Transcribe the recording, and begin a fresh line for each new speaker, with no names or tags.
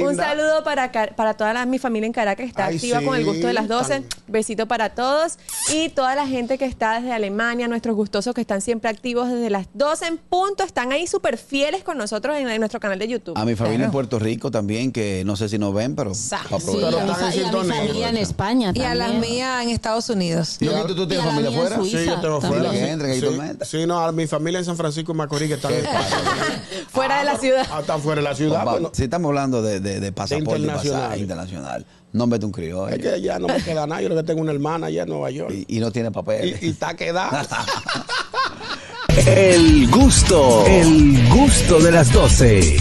Un saludo para, Car- para toda la- mi familia en Caracas que está
Ay,
activa con el gusto de las
sí,
12.
tan-
Besito para todos. Y toda la gente que está desde Alemania, nuestros gustosos que están siempre activos desde las 12 en punto, están ahí súper fieles con nosotros en, en nuestro canal de YouTube.
A mi familia en Puerto Rico también, que no sé si nos ven, pero
Sí,
aprovecho.
a mi
están en
fa- y a mi
sintonía.
familia en España
Y a las
también.
mías en Estados Unidos.
Yo creo que tú tienes
Y a la
familia
mía en
afuera.
Suiza.
Sí, yo tengo
También.
fuera.
Que entren, que hay
sí,
tormenta.
sí, no, a mi familia en San Francisco y Macorís que están
Fuera
Ah,
de la ciudad.
hasta fuera de la ciudad.
Papá,
pues, no.
Si estamos hablando de, de, de pasaporte y
internacional.
pasaje internacional, no mete un criollo.
Es que ya no me queda nada. Yo creo que tengo una hermana allá en Nueva York. Y,
Y, y no tiene papel.
y está quedada.
El gusto, el gusto de las 12.